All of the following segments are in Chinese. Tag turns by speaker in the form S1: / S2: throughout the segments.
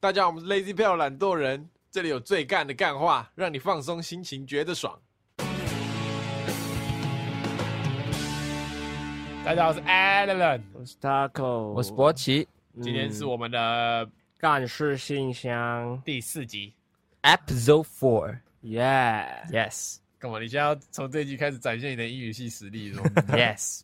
S1: 大家好，我们是 Lazy Bell 懒惰人，这里有最干的干话，让你放松心情，觉得爽。
S2: 大家好，我是 Alan，
S3: 我是 Taco，
S4: 我是
S2: 哦
S4: 博奇
S2: 今天是我们的
S3: 干事信箱
S2: 第四集。
S4: ，Episode Four。
S3: ，Yeah，
S4: Yes，
S2: 干嘛？你现在要从这一集开始展现你的英语系实力 是吗
S4: Yes，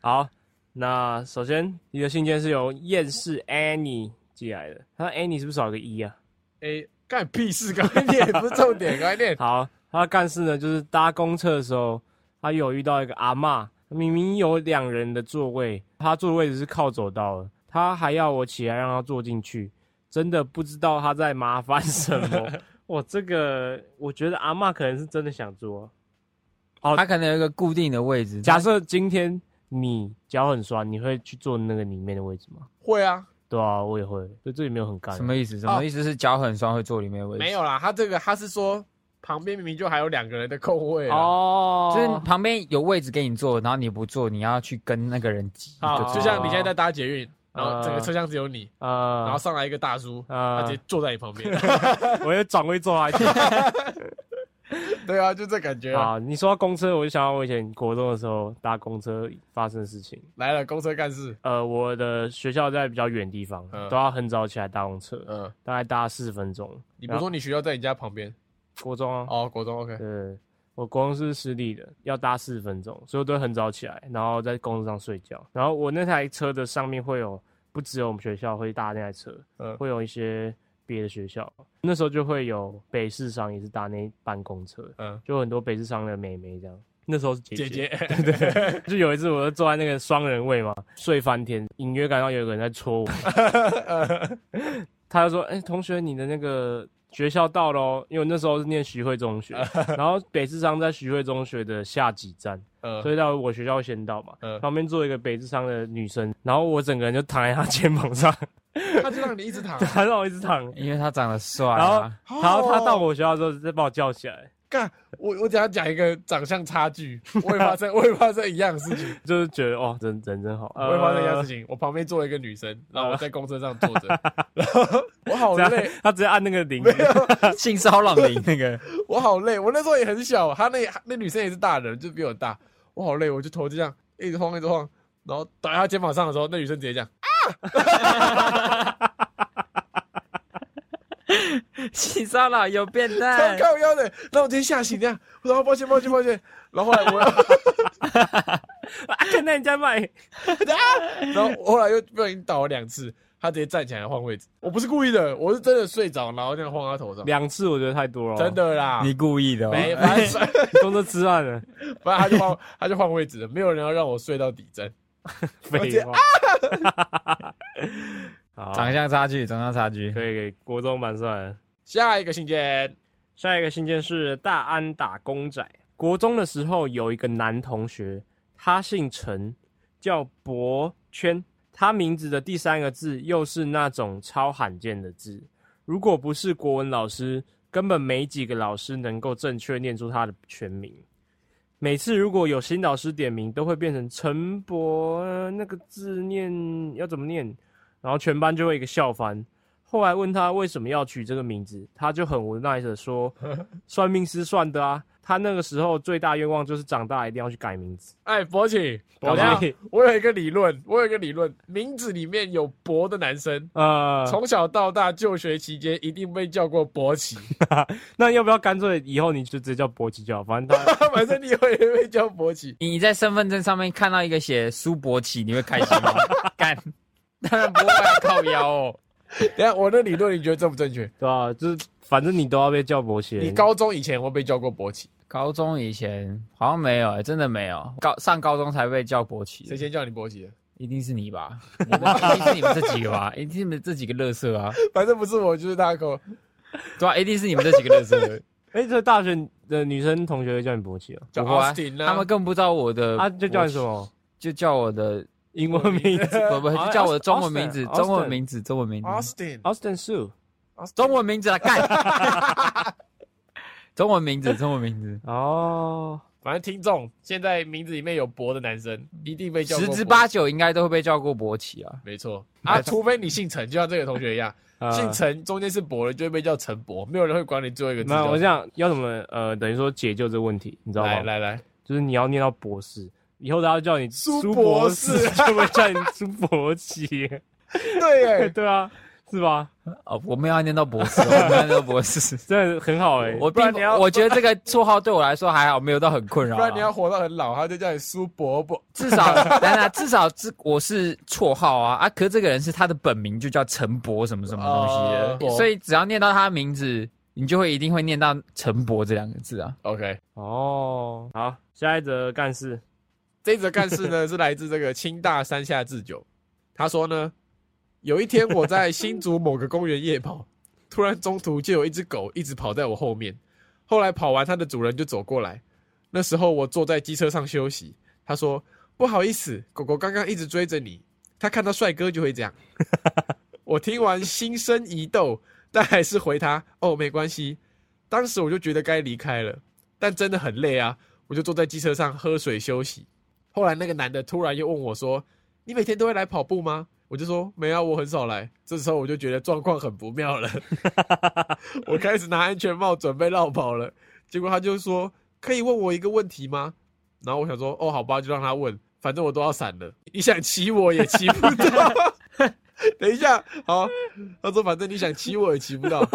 S3: 好，那首先一个信件是由厌世 Annie 寄来的，他 Annie 是不是少一个一啊？
S2: 哎，干屁事，赶快念，不是重点，赶快念。
S3: 好，他干事呢，就是搭公厕的时候，他有遇到一个阿嬷，明明有两人的座位，他坐的位置是靠走道的，他还要我起来让他坐进去，真的不知道他在麻烦什么。我这个，我觉得阿嬷可能是真的想啊做。
S4: 他可能有一个固定的位置。
S3: 假设今天你脚很酸，你会去坐那个里面的位置吗？
S2: 会 啊，
S3: 对啊，我也会，所以这里没有很干。
S4: 什么意思？什么意思是脚很酸会坐里面的位
S2: 哦
S4: 置？
S2: 没，有啦，他这个他是说旁边明明就还有两个人的空位啊。
S3: 哦，
S4: 就是旁边有位置给你坐，然后你不坐，你要去跟那个人挤。
S2: 好，就像你现在在搭捷运，然后
S3: 啊
S2: 整个车厢只有你，然后
S3: 呃
S2: 上来一个大叔，他
S3: 呃
S2: 直接，坐在你旁边。
S3: 我又转过去坐下去。
S2: 对啊，就这感觉啊。
S3: 啊，你说到公车，我就想到我以前国中的时候搭公车发生的事情。
S2: 来了，公车干事，
S3: 呃，我的学校在比较远的地方，
S2: 嗯
S3: 都要很早起来搭公车，
S2: 嗯，
S3: 大概搭四十分钟。
S2: 你不是说你学校在你家旁边？
S3: 国中啊？
S2: 哦，国中 OK。
S3: 对，我国中是私立的，要搭四十分钟，所以我都会很早起来，然后在公车上睡觉。然后我那台车的上面会有，不只有我们学校会搭那台车，
S2: 嗯
S3: 会有一些别的学校。那时候就会有北市商也是搭那班公车，
S2: 嗯，
S3: 就很多北市商的美眉这样。那时候是姐
S2: 姐姐，
S3: 就有一次，我就坐在那个双人位嘛，睡翻天，隐约感到有一个人在戳我。他就说：“哎、同学，你的那个学校到喽。”因为我那时候是念徐汇中学，然后北智商在徐汇中学的下几站，
S2: 嗯，
S3: 所以到我学校先到嘛。
S2: 嗯
S3: 旁边坐一个北智商的女生，然后我整个人就躺在她肩膀上，
S2: 他就让你一直躺。啊
S3: 她让我一直躺。
S4: 因为他长得帅
S3: 然
S4: 啊
S3: 后。然后她到我学校之后，再把我叫起来，
S2: 干，我我等下讲一个长相差距，我也发 生，我也发生一样的事情，
S3: 就是觉得哦，人人真好。
S2: 我也发生一样的
S3: 呃
S2: 事情。我旁边坐了一个女生，然后我在公车上坐着， 然后我好
S3: 这样
S2: 累，
S3: 她直接按那个铃，
S4: 性骚扰你那个，
S2: 我好累，我那时候也很小，她那那女生也是大人，就比我大，我好累，我就头就这样一直晃一直晃，然后打在她肩膀上的时候，那女生直接讲，
S4: 性骚扰有变
S2: 超
S4: 态。
S2: 靠腰的，然后我直接吓醒这样，然后抱歉抱歉抱歉，然后后来我，
S3: 啊看那人家卖。
S2: 然后我后来又不小心倒了两次，她直接站起来换位置，我不是故意的，我是真的睡着，然后这样晃她头上，
S3: 两次我觉得太多了，哦
S2: 真的啦，
S4: 你故意的哦？
S2: 没，反正
S3: 工作之案了，
S2: 反正他就换他就换位置了，没有人要让我睡到底针。
S3: 废话。
S2: 啊
S3: 好，
S4: 长相差距，长相差距。
S3: 可以可以，国中蛮帅的。
S2: 下一个信件，
S3: 下一个信件是大安打工仔。国中的时候有一个男同学，他姓陈，叫博圈。他名字的第三个字又是那种超罕见的字，如果不是国文老师，根本没几个老师能够正确念出他的全名。每次如果有新老师点名，都会变成陈博、呃那个字念要怎么念，然后全班就会一个笑翻。后来问他为什么要取这个名字，他就很无奈 的说：“算命师算的啊。”他那个时候最大愿望就是长大一定要去改名字。
S2: 哎，博起，等一
S3: 博起
S2: 下我有一个理论，我有一个理论，名字里面有“博”的男生，
S4: 啊
S3: 呃，
S2: 从小到大就学期间一定被叫过博起，
S3: 那要不要干脆以后你就直接叫博奇就好？反正 他
S2: 反正你以后也会被叫博起。
S4: 你在身份证上面看到一个写苏博奇，你会开心 吗？干，当然不会啊靠腰哦。
S2: 等一下我的理论你觉得正不正确？
S3: 对啊，就是反正你都要被叫博奇了。
S2: 你高中以前会被叫过博起，
S4: 高中以前好像没有、欸，真的没有。高上高中才被叫国旗
S2: 谁，先叫你博起的？
S4: 一定是你吧？我不知道一定是你们这几个吧？一定是你们这几个乐色啊，
S2: 反正不是我就是大口。
S4: 对啊，一定是你们这几个乐色。
S3: 哎，这大学的女生同学会叫你博奇哦，
S2: 叫
S4: 不会啊
S2: Austin 啊
S4: 他们更不知道我的
S2: 呃
S3: 啊，就叫你什么
S4: 就叫我的
S3: 英文名字
S4: 不不
S3: 啊
S4: 就叫我的中文名字，
S3: Austin，
S4: 中文名字，中文
S2: 啊
S4: 名字，
S2: Austin，
S3: ？Austin Sue
S4: 中文名字啊！干，中文名字，中文名字。
S3: 哦，
S2: 反正听众现在名字里面有博的男生，一定被叫过
S4: 十
S2: 博
S4: 之八九应该都会被叫过勃起啊。
S2: 没错啊，除非你姓陈，就像这个同学一样，
S3: 呃
S2: 姓陈中间是博的，就会被叫陈博，没有人会管你最后一个字
S3: 没有，
S2: 叫
S3: 我
S2: 什么。
S3: 想要怎么呃，等于说解救这个问题，你知道吗？
S2: 来来来，
S3: 就是你要念到博士，以后大家叫你
S2: 苏
S3: 博
S2: 博
S3: 士
S2: 士，
S3: 就会叫你苏 博奇。
S2: 对 耶，
S3: 对啊，是吧？
S4: 哦，我没有要念到博士哦，我没有要念到博士。
S3: 真的很好哎、
S4: 我
S2: 不
S4: 并
S2: 然你要
S4: 我觉得这个绰号对我来说还好，没有到很困扰
S2: 不
S4: 啊、
S2: 然你要活到很老，他就叫你苏伯伯。
S4: 至少， 等等，至少这我是绰号啊啊！可是这个人是他的本名就叫陈博什么什么东西的，
S2: 哦
S4: 所以只要念到他的名字，你就会一定会念到陈博这两个字啊。
S2: OK，
S3: 哦，好，下一则干事，
S2: 这一则干事呢是来自这个清大山下智久，他说呢，有一天我在新竹某个公园夜跑，突然中途就有一只狗一直跑在我后面，后来跑完它的主人就走过来，那时候我坐在机车上休息，他说不好意思，狗狗刚刚一直追着你，它看到帅哥就会这样。我听完心生疑窦，但还是回他哦没关系。当时我就觉得该离开了，但真的很累啊，我就坐在机车上喝水休息。后来那个男的突然又问我说：“你每天都会来跑步吗？”我就说：“没啊，我很少来。”这时候我就觉得状况很不妙了， 我开始拿安全帽准备绕跑了。结果他就说：“可以问我一个问题吗？”然后我想说：“哦，好吧，就让他问，反正我都要闪了。你想骑我也骑不到。”等一下，好，他说：“反正你想骑我也骑不到。”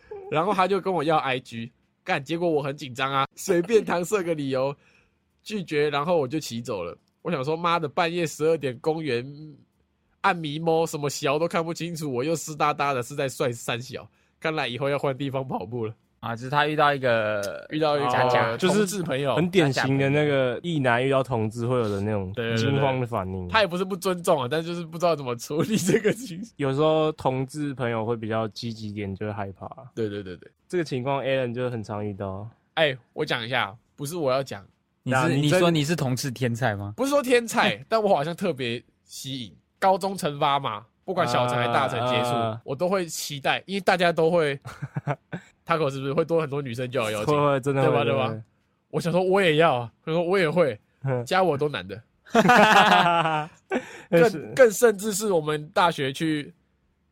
S2: 然后他就跟我要 IG，干，结果我很紧张啊，随便搪塞个理由，拒绝，然后我就骑走了。我想说，妈的，半夜十二点公园暗迷摸，什么小都看不清楚，我又湿哒哒的，是在帅三小。看来以后要换地方跑步了。
S4: 啊，就是他遇到一个
S2: 遇到一个
S3: 假假
S2: 就
S3: 就是
S2: 是呃朋友，
S3: 很典型的那个异男遇到同志会有的那种
S2: 对对对
S3: 惊慌的反应。
S2: 他也不是不尊重啊，但就是不知道怎么处理这个情绪。
S3: 有时候同志朋友会比较积极一点，就会害怕。
S2: 对对对对，
S3: 这个情况 a l a n 就很常遇到。
S2: 哎、我讲一下，不是我要讲，
S4: 你
S3: 啊
S4: 是
S3: 你
S4: 你
S3: 真
S4: 说你是同志天才吗？
S2: 不是说天 才，但我好像特别吸引。高中惩罚嘛，不管小惩还大惩结束，
S3: 啊
S2: 我都会期待，因为大家都 会，Taco 是不是会多很多女生就要邀
S3: 会
S2: 请？
S3: 会真的会
S2: 对吧对吧？我想说我也要啊，他说我也会
S3: 嗯，
S2: 加我都难的。
S3: 吧？
S2: 更更甚至哎是我们大学去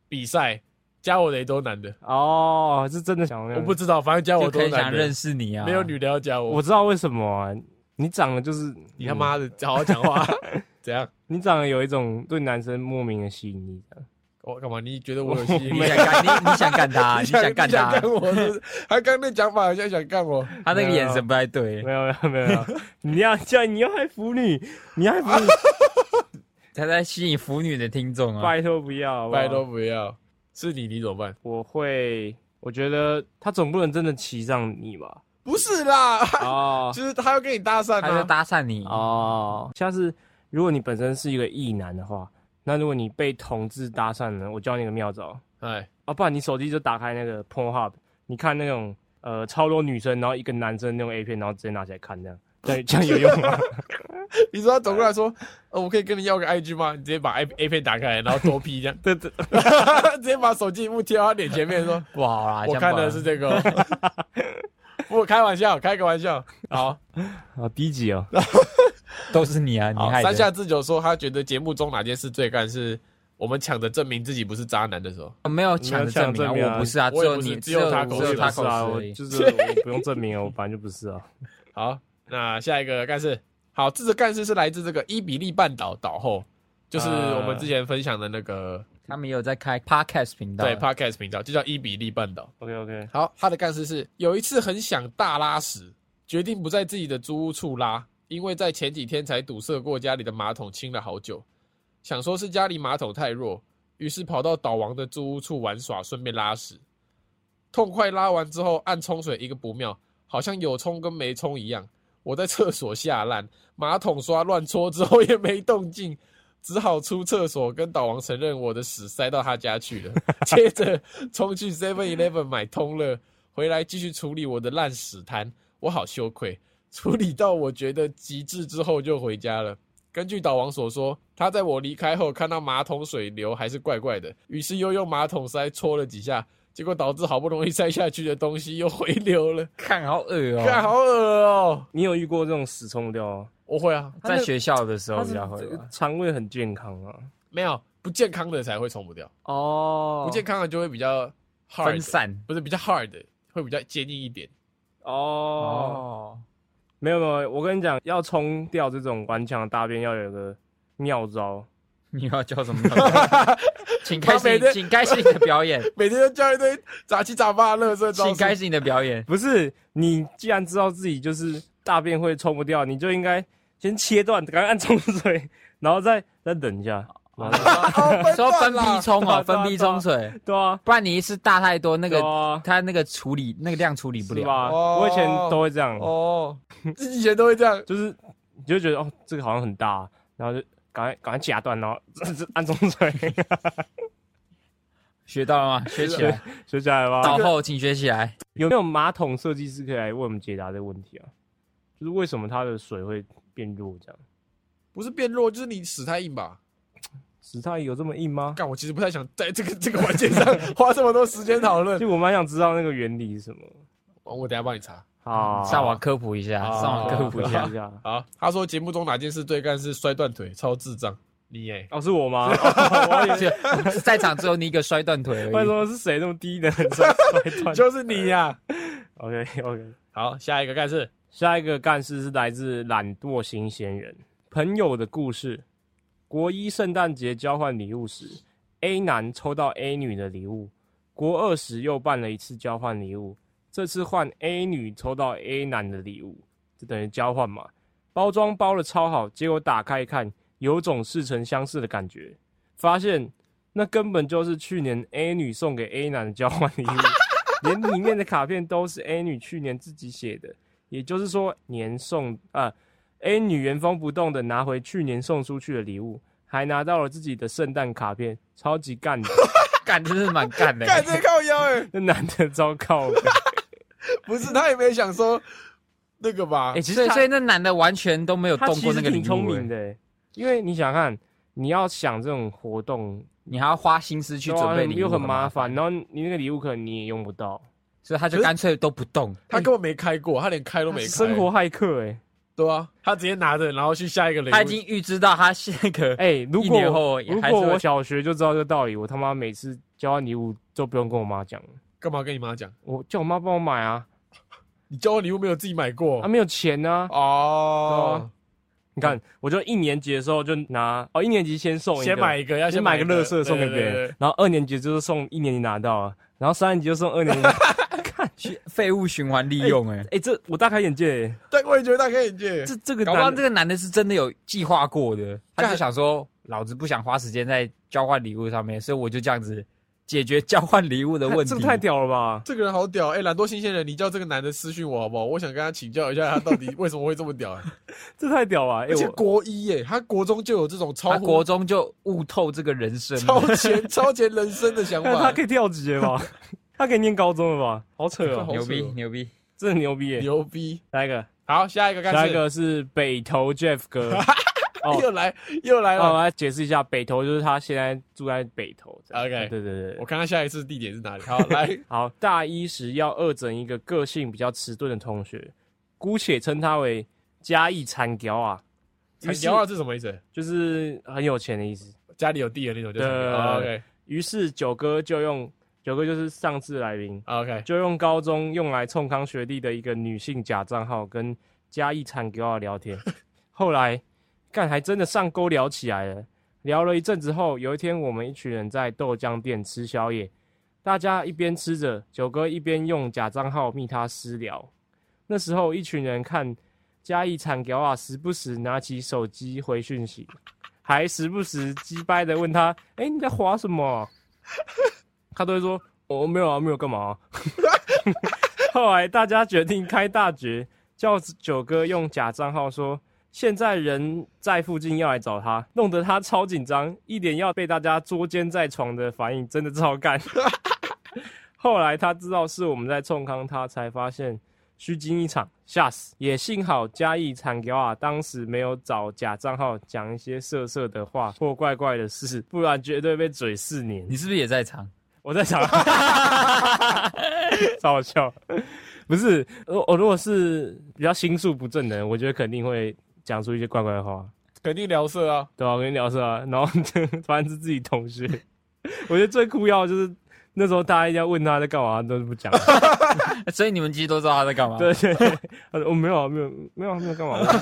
S2: 比赛，加我的也都难的。
S3: 哦，是真的想那
S2: 我
S3: 样
S2: 不知道，反正加我
S4: 就
S2: 都
S4: 可以
S2: 难
S4: 想
S2: 的。
S4: 认识你啊，
S2: 没有女的要加我，
S3: 我知道为什么啊、你长得就是嗯
S2: 你他妈的好好讲话， 怎样？
S3: 你长得有一种对男生莫名的吸引力的。
S2: 我干嘛？你觉得我有吸引
S4: 你
S2: 力？
S4: 想干你你想干他，你想干
S2: 你想
S4: 他
S2: 干，我是不是？他刚刚那讲法好像想干我，
S4: 他那个眼神不太对，
S3: 没有没有没有没有，你要叫你要害腐女，你害腐 女，
S2: 啊
S4: 他在吸引腐女的听众啊。
S3: 拜托不要，好不好
S2: 拜托，不要。是你，你怎么办？
S3: 我会，我觉得他总不能真的骑上你吧？
S2: 不是啦，
S3: 哦
S2: 就是他要跟你搭讪
S4: 他就
S2: 啊。
S4: 搭讪你，
S3: 哦，下次如果你本身是一个异男的话，那如果你被同志搭讪了，我教你个妙招
S2: 哎，
S3: 啊，不然你手机就打开那个 Pornhub，你看那种呃超多女生，然后一个男生那种 A 片，然后直接拿起来看这样。 对，这样有用吗？
S2: 你说他走过来说，呃，我可以跟你要个 IG 吗？你直接把 A A 片打开来，然后多 P 这样，
S3: 对对，
S2: 直接把手机屏幕贴到他脸前面说，
S4: 不好啦，
S2: 我
S4: 这样
S2: 看
S4: 不好
S2: 的是这个 哦。我开玩笑，开个玩笑。好，
S3: 好低级哦。
S4: 都是你啊，你
S2: 好
S4: 害
S2: 山
S4: 的。
S2: 下智久说，他觉得节目中哪件事最干是我们抢着证明自己不是渣男的时候。
S4: 我哦没有抢着证
S3: 没有抢着证明
S4: 明
S3: 啊
S4: 啊，我不是啊，只
S2: 我也
S4: 有
S2: 不是
S4: 你，
S2: 只
S4: 只
S2: 有他口
S4: 只有
S2: 试
S4: 他
S3: 不
S4: 口
S3: 是
S4: 试
S3: 啊，
S4: 而
S3: 我
S4: 已。
S3: 就是我不用证明啊，我本来就不是啊。
S2: 好，那下一个干事，好，这个干事是来自这个伊比利半岛岛后，就是
S3: 呃
S2: 我们之前分享的那个、
S4: 他们也有在开 podcast 频道，
S2: 对 podcast 频道，就叫伊比利半岛。
S3: OK OK，
S2: 好，他的干事是有一次很想大拉屎，决定不在自己的租屋处拉，因为在前几天才堵塞过家里的马桶，清了好久，想说是家里马桶太弱，于是跑到岛王的租屋处玩耍，顺便拉屎。痛快拉完之后，按冲水一个不妙，好像有冲跟没冲一样。我在厕所下烂，马桶刷乱搓之后也没动静，只好出厕所跟岛王承认我的屎塞到他家去了，接着冲去 Seven Eleven 买通乐，回来继续处理我的烂屎摊，我好羞愧。处理到我觉得极致之后就回家了。根据岛王所说，他在我离开后看到马桶水流还是怪怪的，于是又用马桶塞搓了几下，结果导致好不容易塞下去的东西又回流了，
S4: 看好恶哦、
S2: 看好恶哦、
S3: 你有遇过这种死冲掉啊？
S2: 我会啊，
S4: 在学校的时候
S3: 他
S4: 比
S3: 是
S4: 较会吧。
S3: 肠胃很健康啊。
S2: 没有不健康的才会冲不掉，
S3: 哦
S2: 不健康的就会比较 hard，
S4: 分散
S2: 不是比较 hard，的会比较坚硬一点。
S3: 哦，
S4: 哦，
S3: 没有没有，我跟你讲，要冲掉这种顽强的大便，要有一个妙招。
S4: 你要叫什么名字？请开
S2: 他每
S4: 始，
S2: 天
S4: 请开始你的表演，
S2: 每天都教一堆杂七杂八的垃圾招
S4: 请开
S2: 式，
S4: 始你的表演。
S3: 不是你既然知道自己就是大便会冲不掉，你就应该先切断，赶快按冲水，然后再再等一下。
S4: 说分批冲
S3: 对
S4: 哦，
S3: 啊对啊
S4: 分批冲水，
S3: 对啊，
S4: 不然你一次大太多，那
S3: 那
S4: 个它那个处理那个量处理不
S3: 是
S4: 了。
S3: 吧？
S2: 哦
S3: 我以前都会这样，
S2: 哦，以前都会这样，
S3: 就是你就觉得哦，这个好像很大，然后就赶快赶快夹断，然后 按冲水，
S4: 学到了吗？学起来，
S3: 学起来吧。
S4: 导后请学起来。
S3: 有没有马桶设计师可以来为我们解答这个问题啊？就是为什么它的水会变弱？这样
S2: 不是变弱就是你屎太硬吧？
S3: 石太有这么硬吗？
S2: 干，我其实不太想在这个 这个环节上花这么多时间讨论。
S3: 就我蛮想知道那个原理是什么。
S2: 哦 我等一下帮你查。
S3: 啊，
S4: 上网科普一嗯下，
S2: 好
S4: 上网
S3: 哦
S4: 科普一下
S3: 一。下。
S2: 好，他说节目中哪件事对干是摔断腿，超智障。你耶，
S3: 哦，是我吗？ 哦我以为
S4: 在场只有你一个摔断腿
S3: 为
S4: 而
S3: 什
S4: 已。
S3: 么是谁那么低能摔 断
S2: 就是你呀。
S3: ？OK OK，
S2: 呃好，下一个干事。
S3: 下一个干事是来自懒惰新鲜人朋友的故事。国一圣诞节交换礼物时，A 男抽到 A 女的礼物，国二时又办了一次交换礼物，这次换 A 女抽到 A 男的礼物，这等于交换嘛？包装包的超好，结果打开一看，有种似曾相识的感觉，发现那根本就是去年 A 女送给 A 男的交换礼物， 连里面的卡片都是 A 女去年自己写的。也就是说，年送啊、a 女原封不动的拿回去年送出去的礼物，还拿到了自己的圣诞卡片，超级干的。
S4: 干，真是蛮干的。
S2: 干这靠腰哎，
S3: 那男的糟糕 了，
S2: 不是他也没想说那个吧
S3: 哎、？其
S4: 所
S3: 实
S4: 以
S3: 他
S4: 所以那男的完全都没有
S3: 他
S4: 动
S3: 其
S4: 过那
S3: 实
S4: 个
S3: 挺
S4: 礼
S3: 聪
S4: 物、
S3: 明
S4: 欸，
S3: 的、因为你想看，你要想这种活动，
S4: 你还要花心思去
S3: 对啊
S4: 准备礼物，
S3: 又很麻
S4: 烦
S3: 烦，，然后你那个礼物可能你也用不到，
S4: 所以他就
S2: 可是
S4: 干脆都不动。
S2: 他根本没开过，他连开都没开。
S3: 生活骇客哎、
S2: 对啊，他直接拿着，然后去下一个雷。
S4: 他已经预知到他是那个
S3: 哎、如
S4: 一
S3: 果
S4: 年后
S3: 如
S4: 还是
S3: 果
S4: 会
S3: 我小学就知道这个道理，我他妈每次交换礼物都不用跟我妈讲了，
S2: 干嘛跟你妈讲？
S3: 我叫我妈帮我买啊，
S2: 你交换礼物没有自己买过
S3: 啊？没有钱啊，
S2: 哦，
S3: 你看，我就一年级的时候就拿哦，一年级先送一个，
S2: 啊先买一个，要
S3: 先买
S2: 买
S3: 个乐色送给别
S2: 对对
S3: 人
S2: 对，
S3: 然后二年级就是送一年级拿到啊，然后三年级就送二年级。
S4: 废物循环利用、欸，哎、
S3: 哎，这我大开眼界耶，
S2: 但我也觉得他可以借。
S4: 这这个
S3: 搞不
S4: 搞不
S3: 好
S4: 好这个男的是真的有计划过的，他就想说，老子不想花时间在交换礼物上面，所以我就这样子解决交换礼物的问题。
S3: 这个太屌了吧！
S2: 这个人好屌哎！懒惰新鲜人，你叫这个男的私讯我好不好？我想跟他请教一下，他到底为什么会这么屌？啊
S3: 这太屌了！哎，
S2: 而且
S3: 我
S2: 国一耶，他国中就有这种超
S4: 他国中就悟透这个人生了，
S2: 超前超前人生的想
S3: 看 他
S2: 法
S3: 可，以跳级 了吧？他可以念高中了吧？好扯哦，
S2: 好
S4: 牛逼
S2: 扯哦
S4: 牛逼！
S3: 这很牛逼耶！
S2: 牛逼！
S3: 来一个，
S2: 好，下一个干事，
S3: 下一个是北投 Jeff 哥。哦
S2: 又来又来
S3: 那我
S2: 了。
S3: 来解释一下，北投就是他现在住在北投这样。
S2: OK
S3: 对对对
S2: 我，看他下一次地点是哪里。好，来，
S3: 好，大一时要恶整一个个性比较迟钝的同学，姑且称他为嘉义残条啊，
S2: 产
S3: 于是
S2: 条二是什么意思？
S3: 就是很有钱的意思。
S2: 家里有地的那种，就是
S3: 对对对
S2: 哦
S3: 对
S2: ，OK
S3: 于是九哥就用九哥就是上次来宾，
S2: 哦 OK，
S3: 就用高中用来冲康学弟的一个女性假账号跟嘉义残条啊聊天，后来干还真的上钩聊起来了。聊了一阵子后，有一天我们一群人在豆浆店吃宵夜，大家一边吃着，九哥一边用假账号密他私聊。那时候一群人看嘉义产条啊，时不时拿起手机回讯息，还时不时鸡掰的问他：“哎、你在划什么啊、他都会说：“我、没有啊，没有干嘛啊、 后来大家决定开大绝，叫九哥用假账号说。现在人在附近要来找他，弄得他超紧张，一脸要被大家捉奸在床的反应，真的超干。 后来他知道是我们在冲康他，才发现虚惊一场，吓死！也幸好嘉义产条啊，当时没有找假账号讲一些色色的话或怪怪的事，不然绝对被嘴四年
S4: 你。是不是也在场？
S3: 我在想， 超好笑。不是，我我如果是比较心术不正的人，我觉得肯定会讲出一些怪怪的话，
S2: 肯定聊色啊，
S3: 对吧、我跟你聊色啊，然后反正是自己同学， 我觉得最酷要的就是那时候大家一定要问他在干嘛，他都不讲。
S4: 所以你们其实都知道他在干嘛。
S3: 对，对，对他说我没有啊没有没有啊没有干嘛，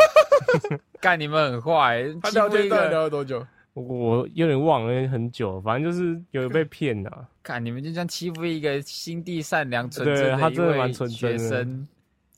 S4: 干你们很坏、
S2: 他
S4: 欺
S2: 聊
S4: 负
S2: 天
S4: 一
S2: 到底
S4: 个，
S2: 聊了多久？
S3: 我我有点忘了，很久，反正就是有被骗啊呐、
S4: 干你们就像欺负一个心地善良、纯
S3: 对
S4: 真
S3: 他
S4: 一
S3: 真的
S4: 位
S3: 蛮纯真
S4: 学
S3: 的
S4: 生，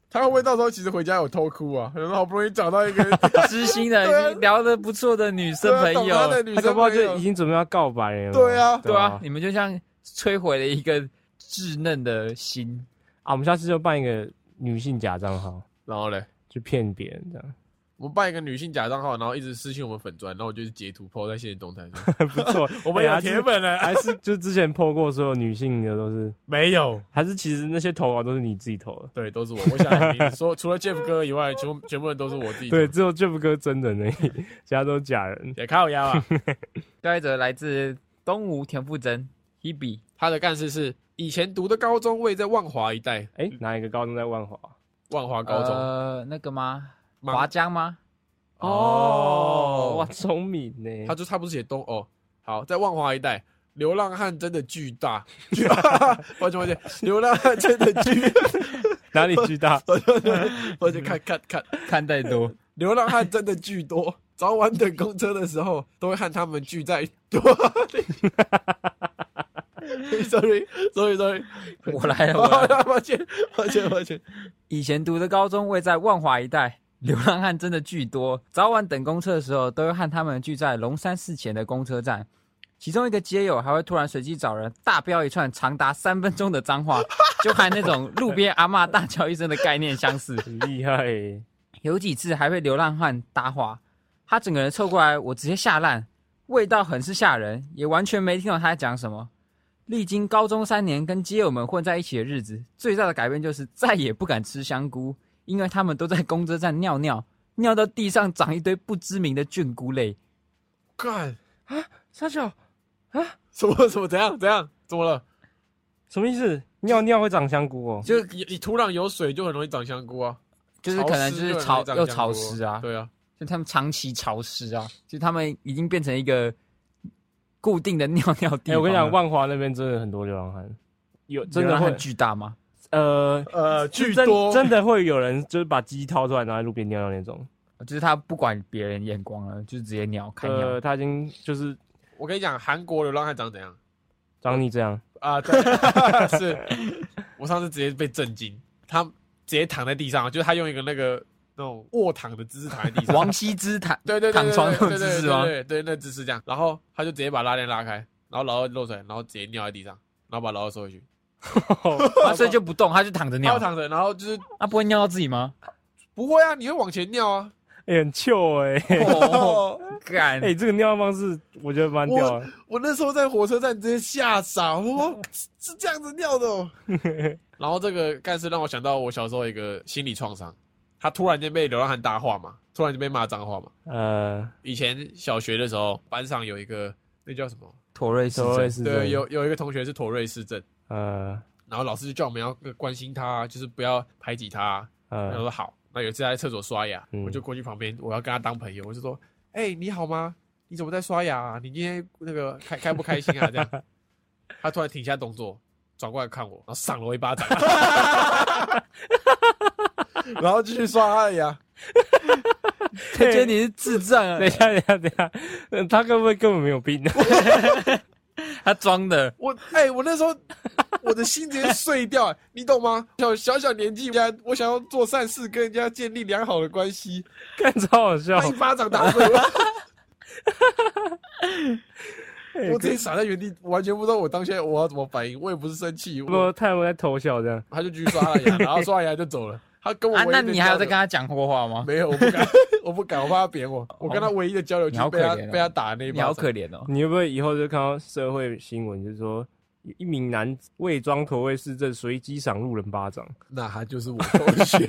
S2: 他会不会到时候其实回家有偷哭啊？然后好不容易找到一个
S4: 知心
S2: 对啊
S4: 的、聊得不错的女生
S2: 对啊
S4: 朋
S2: 懂他的
S4: 友。
S2: 女
S3: 他搞
S2: 生
S3: 不好
S2: 朋
S3: 就已
S2: 友，
S3: 经准备要告白了。
S2: 对啊
S4: 对啊，你们就像摧毁了一个稚嫩的心。
S3: 啊，我们下次就办一个女性假账号，
S2: 然后嘞，
S3: 去骗别人这样，
S2: 我们办一个女性假账号，然后一直私信我们粉砖，然后我就是截图 PO 在现实动态上。
S3: 不错。
S2: 我们
S3: 哎
S2: 有
S3: 还是
S2: 铁粉了，
S3: 还是就之前破过所有女性的都是，
S2: 没有？
S3: 还是其实那些投稿都是你自己投的？
S2: 对，都是我。我想你说，除了 Jeff 哥以外，全部全部人都是我自己。
S3: 对，，只有 Jeff 哥真人而已，其他都是假人。
S2: 也靠腰啊。
S4: 下一则来自东吴田馥甄 Hebe，
S2: 他的干事是以前读的高中位在万华一带，
S3: 哎、哪一个高中在万华？
S2: 万华高中。
S4: 呃那个吗？
S2: 芒
S4: 华江吗？
S2: 哦
S3: 哇，聪明呢！
S2: 他就他不是写东哦，好，在万华一带，流浪汉真的巨大，抱歉抱歉，流浪汉真的巨，
S3: 哪里巨大？
S2: 抱歉看看看，
S4: 看太多，
S2: 流浪汉真的巨多， 早晚等公车的时候都会和他们聚在一起。sorry 哎 sorry sorry，
S4: 我来
S3: 哎
S4: 了，我来
S2: 抱
S4: 了。
S2: 歉 抱歉抱歉抱歉，
S4: 以前读的高中位在万华一带，流浪汉真的巨多。早晚等公车的时候，都会和他们聚在龙山寺前的公车站。其中一个街友还会突然随机找人大飙一串长达三分钟的脏话，就和那种路边阿嬷大叫一声的概念相似。
S3: 很厉害耶！
S4: 有几次还被流浪汉搭话，他整个人凑过来，我直接吓烂，味道很是吓人，也完全没听懂他在讲什么。历经高中三年跟街友们混在一起的日子，最大的改变就是再也不敢吃香菇，因为他们都在公车站尿尿，尿到地上长一堆不知名的菌菇类。
S2: 干啊
S3: 沙小，
S2: 什么什么怎样怎样怎么了？
S3: 什么意思？尿尿会长香菇哦？
S2: 就是你你土壤有水就很容易长香菇啊，
S4: 就是可能
S2: 潮
S4: 就
S2: 湿
S4: 是
S2: 很容易
S4: 潮
S2: 长
S4: 又
S2: 香
S4: 潮
S2: 菇
S4: 湿啊，
S2: 对啊，
S4: 就他们长期潮湿啊，就他们已经变成一个固定的尿尿地
S3: 哎、
S4: 方了。
S3: 我跟你讲，万华那边真的很多流浪汉，有真
S4: 流
S3: 的
S4: 浪
S3: 会
S4: 汉巨大吗？
S3: 呃，
S2: 呃，巨
S3: 真
S2: 多
S3: 真的会有人就是把鸡掏出来，然后在路边尿尿那种。
S4: 就是他不管别人眼光了，就是直接鸟开鸟。
S3: 呃，他已经就是
S2: 我跟你讲，韩国流浪汉长怎样
S3: 长你这样，
S2: 啊？ 对是我上次直接被震惊，他直接躺在地上，就是他用一个那个那种卧躺的姿势躺在地上，
S4: 王羲之 躺
S2: 对对对
S4: 躺
S2: 对
S4: 床那种
S2: 对对
S4: 姿势
S2: 对
S4: 吗？
S2: 对对，对那姿势这样，然后他就直接把拉链拉开，然后老二露出来，然后直接尿在地上，然后把老二收回去，
S4: 啊所以就不动，他就躺着
S2: 他
S4: 尿
S2: 就。躺着，然后就是
S4: 他不会尿到自己 吗？
S2: 不会啊，你会往前尿啊，
S3: 哎、很臭 哎、
S4: 哦，干
S3: 哎、这个尿方式我觉得蛮屌的。
S2: 我那时候在火车站直接吓傻，我说哦是这样子尿的、 哦。然后这个干事让我想到我小时候一个心理创伤，他突然间被流浪汉搭话嘛，突然就被骂脏话嘛。
S3: 呃，
S2: 以前小学的时候，班上有一个那叫什么？
S4: 妥瑞氏
S3: 所谓
S4: 症，
S3: 是
S2: 对，有有一个同学是妥瑞氏症，
S3: 呃
S2: 然后老师就叫我们要关心他，就是不要排挤他。我
S3: 呃
S2: 说好。那有一次他在厕所刷牙，
S3: 嗯
S2: 我就过去旁边，我要跟他当朋友，我就说：“哎、你好吗？你怎么在刷牙、啊？你今天那个开开不开心啊？”这样，他突然停下动作，转过来看我，然后赏了我一巴掌， 然后继续刷他的牙。
S4: 他觉得你是智障啊
S3: 等一，下，等一下，等一下，呃他会不会根本没有病？
S4: 他装的。
S2: 我哎、我那时候我的心直接碎掉、你懂吗？小小小年纪，人家我想要做善事，跟人家建立良好的关系，
S3: 看超好笑
S2: 他，一巴掌打碎我。
S3: 哎
S2: 我直接傻在原地，完全不知道我当下我要怎么反应，我也不是生气，
S3: 不
S2: 我
S3: 过他有没有在偷笑这样？
S2: 他就继续刷他的 牙，然后刷完牙就走了。他跟我
S4: 啊，
S2: 唯一的
S4: 那你还有在跟
S2: 交
S4: 他讲过话吗
S2: 流？没有，我不敢，我不敢，我怕他扁我。我跟他唯一的交流就是被
S4: 你
S2: 他
S4: 好可怜哦
S2: 被他打的那一
S4: 你
S2: 巴
S4: 好
S2: 掌。
S4: 可怜哦，
S3: 你会不会以后就看到社会新闻，就是说一名男子伪装驼背市政随机赏路人巴掌？
S2: 那他就是我同 学，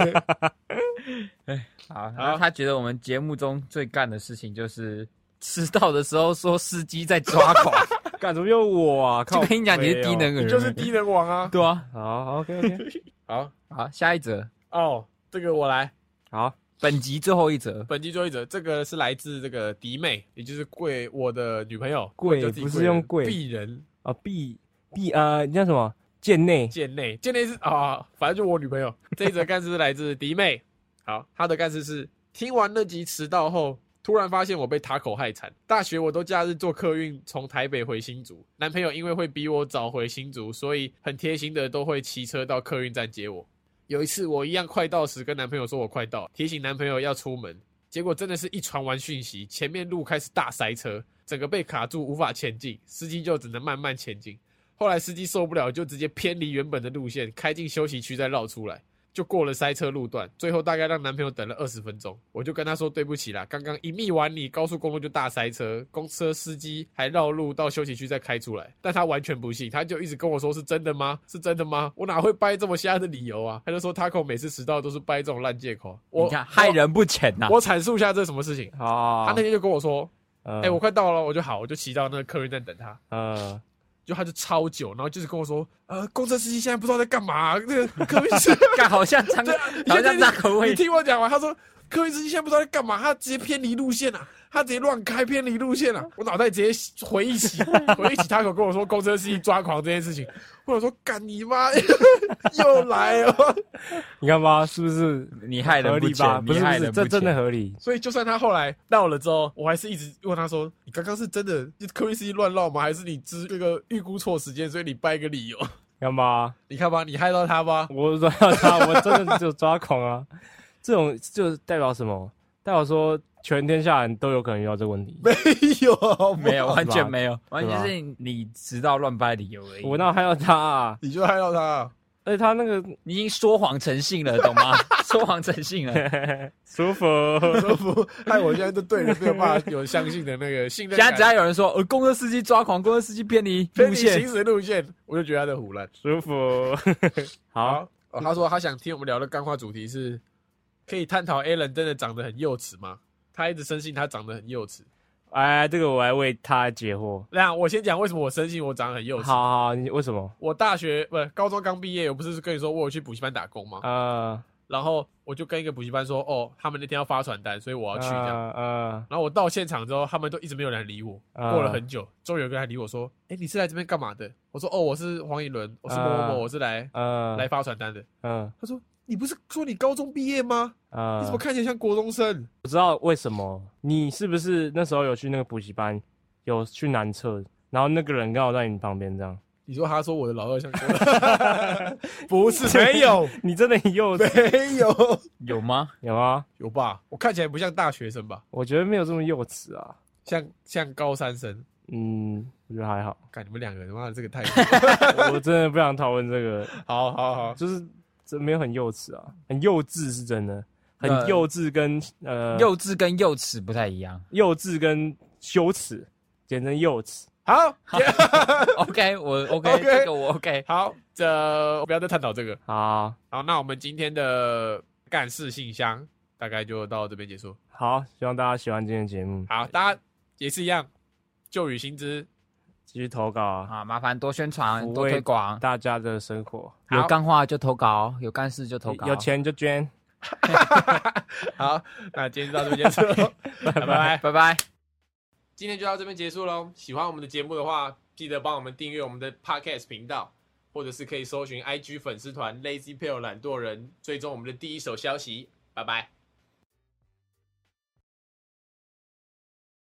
S4: 好，那他觉得我 们节目中最干的事情就是迟到的时候说司机在抓狂，
S3: 干什么又我啊？靠
S4: 就跟你讲，你是
S3: 北哦
S4: 低能儿，
S2: 你就是低能王啊！
S4: 对啊。
S3: 好，OK OK，
S2: 好
S4: 好，下一则，
S2: 哦，这个我来，
S3: 好，
S4: 本集最后一则，
S2: 本期最后一则，这个是来自这个迪妹，也就是贵我的女朋友，
S3: 贵
S2: 就自己
S3: 不是
S2: 贵人
S3: 用贵
S2: 鄙人
S3: 啊，必必呃，你叫什么？贱内
S2: 贱内，贱内是啊，反正就我女朋友。这一则干事是来自迪妹，好，她的干事是听完那集迟到后，突然发现我被塔口害惨。大学我都假日坐客运从台北回新竹，男朋友因为会比我早回新竹，所以很贴心的都会骑车到客运站接我。有一次我一样快到时，跟男朋友说我快到，提醒男朋友要出门，结果真的是一传完讯息，前面路开始大塞车，整个被卡住无法前进，司机就只能慢慢前进。后来司机受不了，就直接偏离原本的路线，开进休息区再绕出来，就过了塞车路段。最后大概让男朋友等了二十分钟，我就跟他说对不起啦，刚刚一密完你，高速公路就大塞车，公车司机还绕路到休息区再开出来。但他完全不信，他就一直跟我说是真的吗？是真的吗？我哪会掰这么瞎的理由啊？他就说 Taco 每次迟到都是掰这种烂借口。我
S4: 你看害人不浅呐。
S2: 我阐述一下这是什么事情。
S3: 好，
S2: 他那天就跟我说，
S3: 哎
S4: 嗯
S2: 哎、我快到了，我就好，我就骑到那个客运站等他。
S3: 呃，
S2: 就他就超久，然后就是跟我说，呃，公车司机现在不知道在干嘛、 那个客运司，
S4: 干好像张，好像张口
S2: 你
S4: 味，
S2: 听我讲完，他说客运司机现在不知道在干嘛，他直接偏离路线啊，他直接乱开偏离路 线啊，我脑袋直接回忆起回忆起他口跟我说公车司机抓狂这件事情，或者说干你妈 又来哦，
S3: 你看吧，是不是
S4: 你害
S3: 合
S4: 人不
S3: 理吧？
S4: 浅，
S3: 不
S4: 你
S3: 是，不
S4: 害
S3: 是，
S4: 人
S3: 这
S4: 不
S3: 真的
S4: 浅。
S3: 合理。
S2: 所以就算他后来到了之后，我还是一直问他说，你刚刚是真的客运司机乱绕吗？还是你知这个预估错时间，所以你掰个理由？
S3: 你看吧，
S2: 你看吧，你害到他吧。
S3: 我抓到他，我真的就抓狂啊！这种就代表什么？代表说全天下人都有可能遇到这个问题。
S2: 没有，
S4: 没有，完
S3: 是
S4: 全
S3: 吧
S4: 没有，完全是你知道乱掰理由而已。
S3: 我那还有他、啊，
S2: 你就害到他。
S3: 而且他那 个
S4: 你已经说谎成性了，懂吗？说谎成性了。
S3: 啊舒服，
S2: 说服害我现在都对人没有办法有相信的那个信任
S4: 现在
S2: 感。
S4: 只要有人说，呃，公车司机抓狂，公车司机偏离
S2: 偏
S4: 路
S2: 离
S4: 线
S2: 行，驶路线，我就觉得他在胡乱。
S3: 舒服。 好，
S2: 哦，他说他想听我们聊的干话主题是，可以探讨 Alan 真的长得很幼稚吗？他一直深信他长得很幼稚。
S3: 哎，这个我来为他解惑。
S2: 那我先讲为什么我深信我长得很幼
S3: 好
S2: 稚。
S3: 好，你为什么？
S2: 我大学不是高中刚毕业，我不是跟你说我有去补习班打工吗？
S3: 呃，
S2: 然后我就跟一个补习班说，哦，他们那天要发传单，所以我要去这样。
S3: 呃
S2: 然后我到现场之后，他们都一直没有人理我。
S3: 呃
S2: 过了很久，终于有个人来理我说：“哎、你是来这边干嘛的？”我说：“哦，我是黄以伦，我是某某
S3: 呃
S2: 某，我是来、
S3: 呃
S2: 来，发传单的。
S3: 嗯”
S2: 他说：“你不是说你高中毕业吗？你
S3: 呃
S2: 怎么，看起来像国中生
S3: 我知道为什么，你是不是那时候有去那个补习班，有去男厕，然后那个人刚好在你旁边这样？？”
S2: 你说他说我的老二像 国中，不是没有
S3: 你真的很幼 稚，
S2: 没有
S4: 有吗？
S3: 有吗？
S2: 有吧？我看起来不像大学生吧？
S3: 我觉得没有这么幼稚啊。
S2: 像像高三生。
S3: 嗯，我觉得还好。
S2: 看你们两个，他妈的这个太
S3: 我真的不想讨论这个，
S2: 好好好，
S3: 就是这没有很幼稚啊，很幼稚是真的，很
S4: 呃
S3: 幼稚跟呃
S4: 幼稚跟幼齿不太一样。
S3: 幼稚跟羞耻，简称幼稚。
S2: 好
S4: OK，我 OK，,
S2: OK
S4: 这个我 OK。
S2: 好，这我不要再探讨这个。
S3: 好
S2: 好，那我们今天的干事信箱大概就到这边结束。
S3: 好，希望大家喜欢今天的节目，
S2: 好，大家也是一样，旧与新知，
S3: 继续投稿啊，
S4: 啊，麻烦多宣传
S3: 抚，
S4: 多
S3: 慰
S4: 推广。
S3: 大家的生活，
S2: 好
S4: 有干话就投稿，有干事就投稿。啊
S3: 有钱就捐。
S2: 好，那今天就到这边结束 咯，拜拜。
S4: 拜拜。
S2: 今天就到这边结束喽。喜欢我们的节目的话，记得帮我们订阅我们的 Podcast 频道，或者是可以搜寻 IG 粉丝团 Lazy p a l e 懒惰人，追踪我们的第一手消息。拜拜。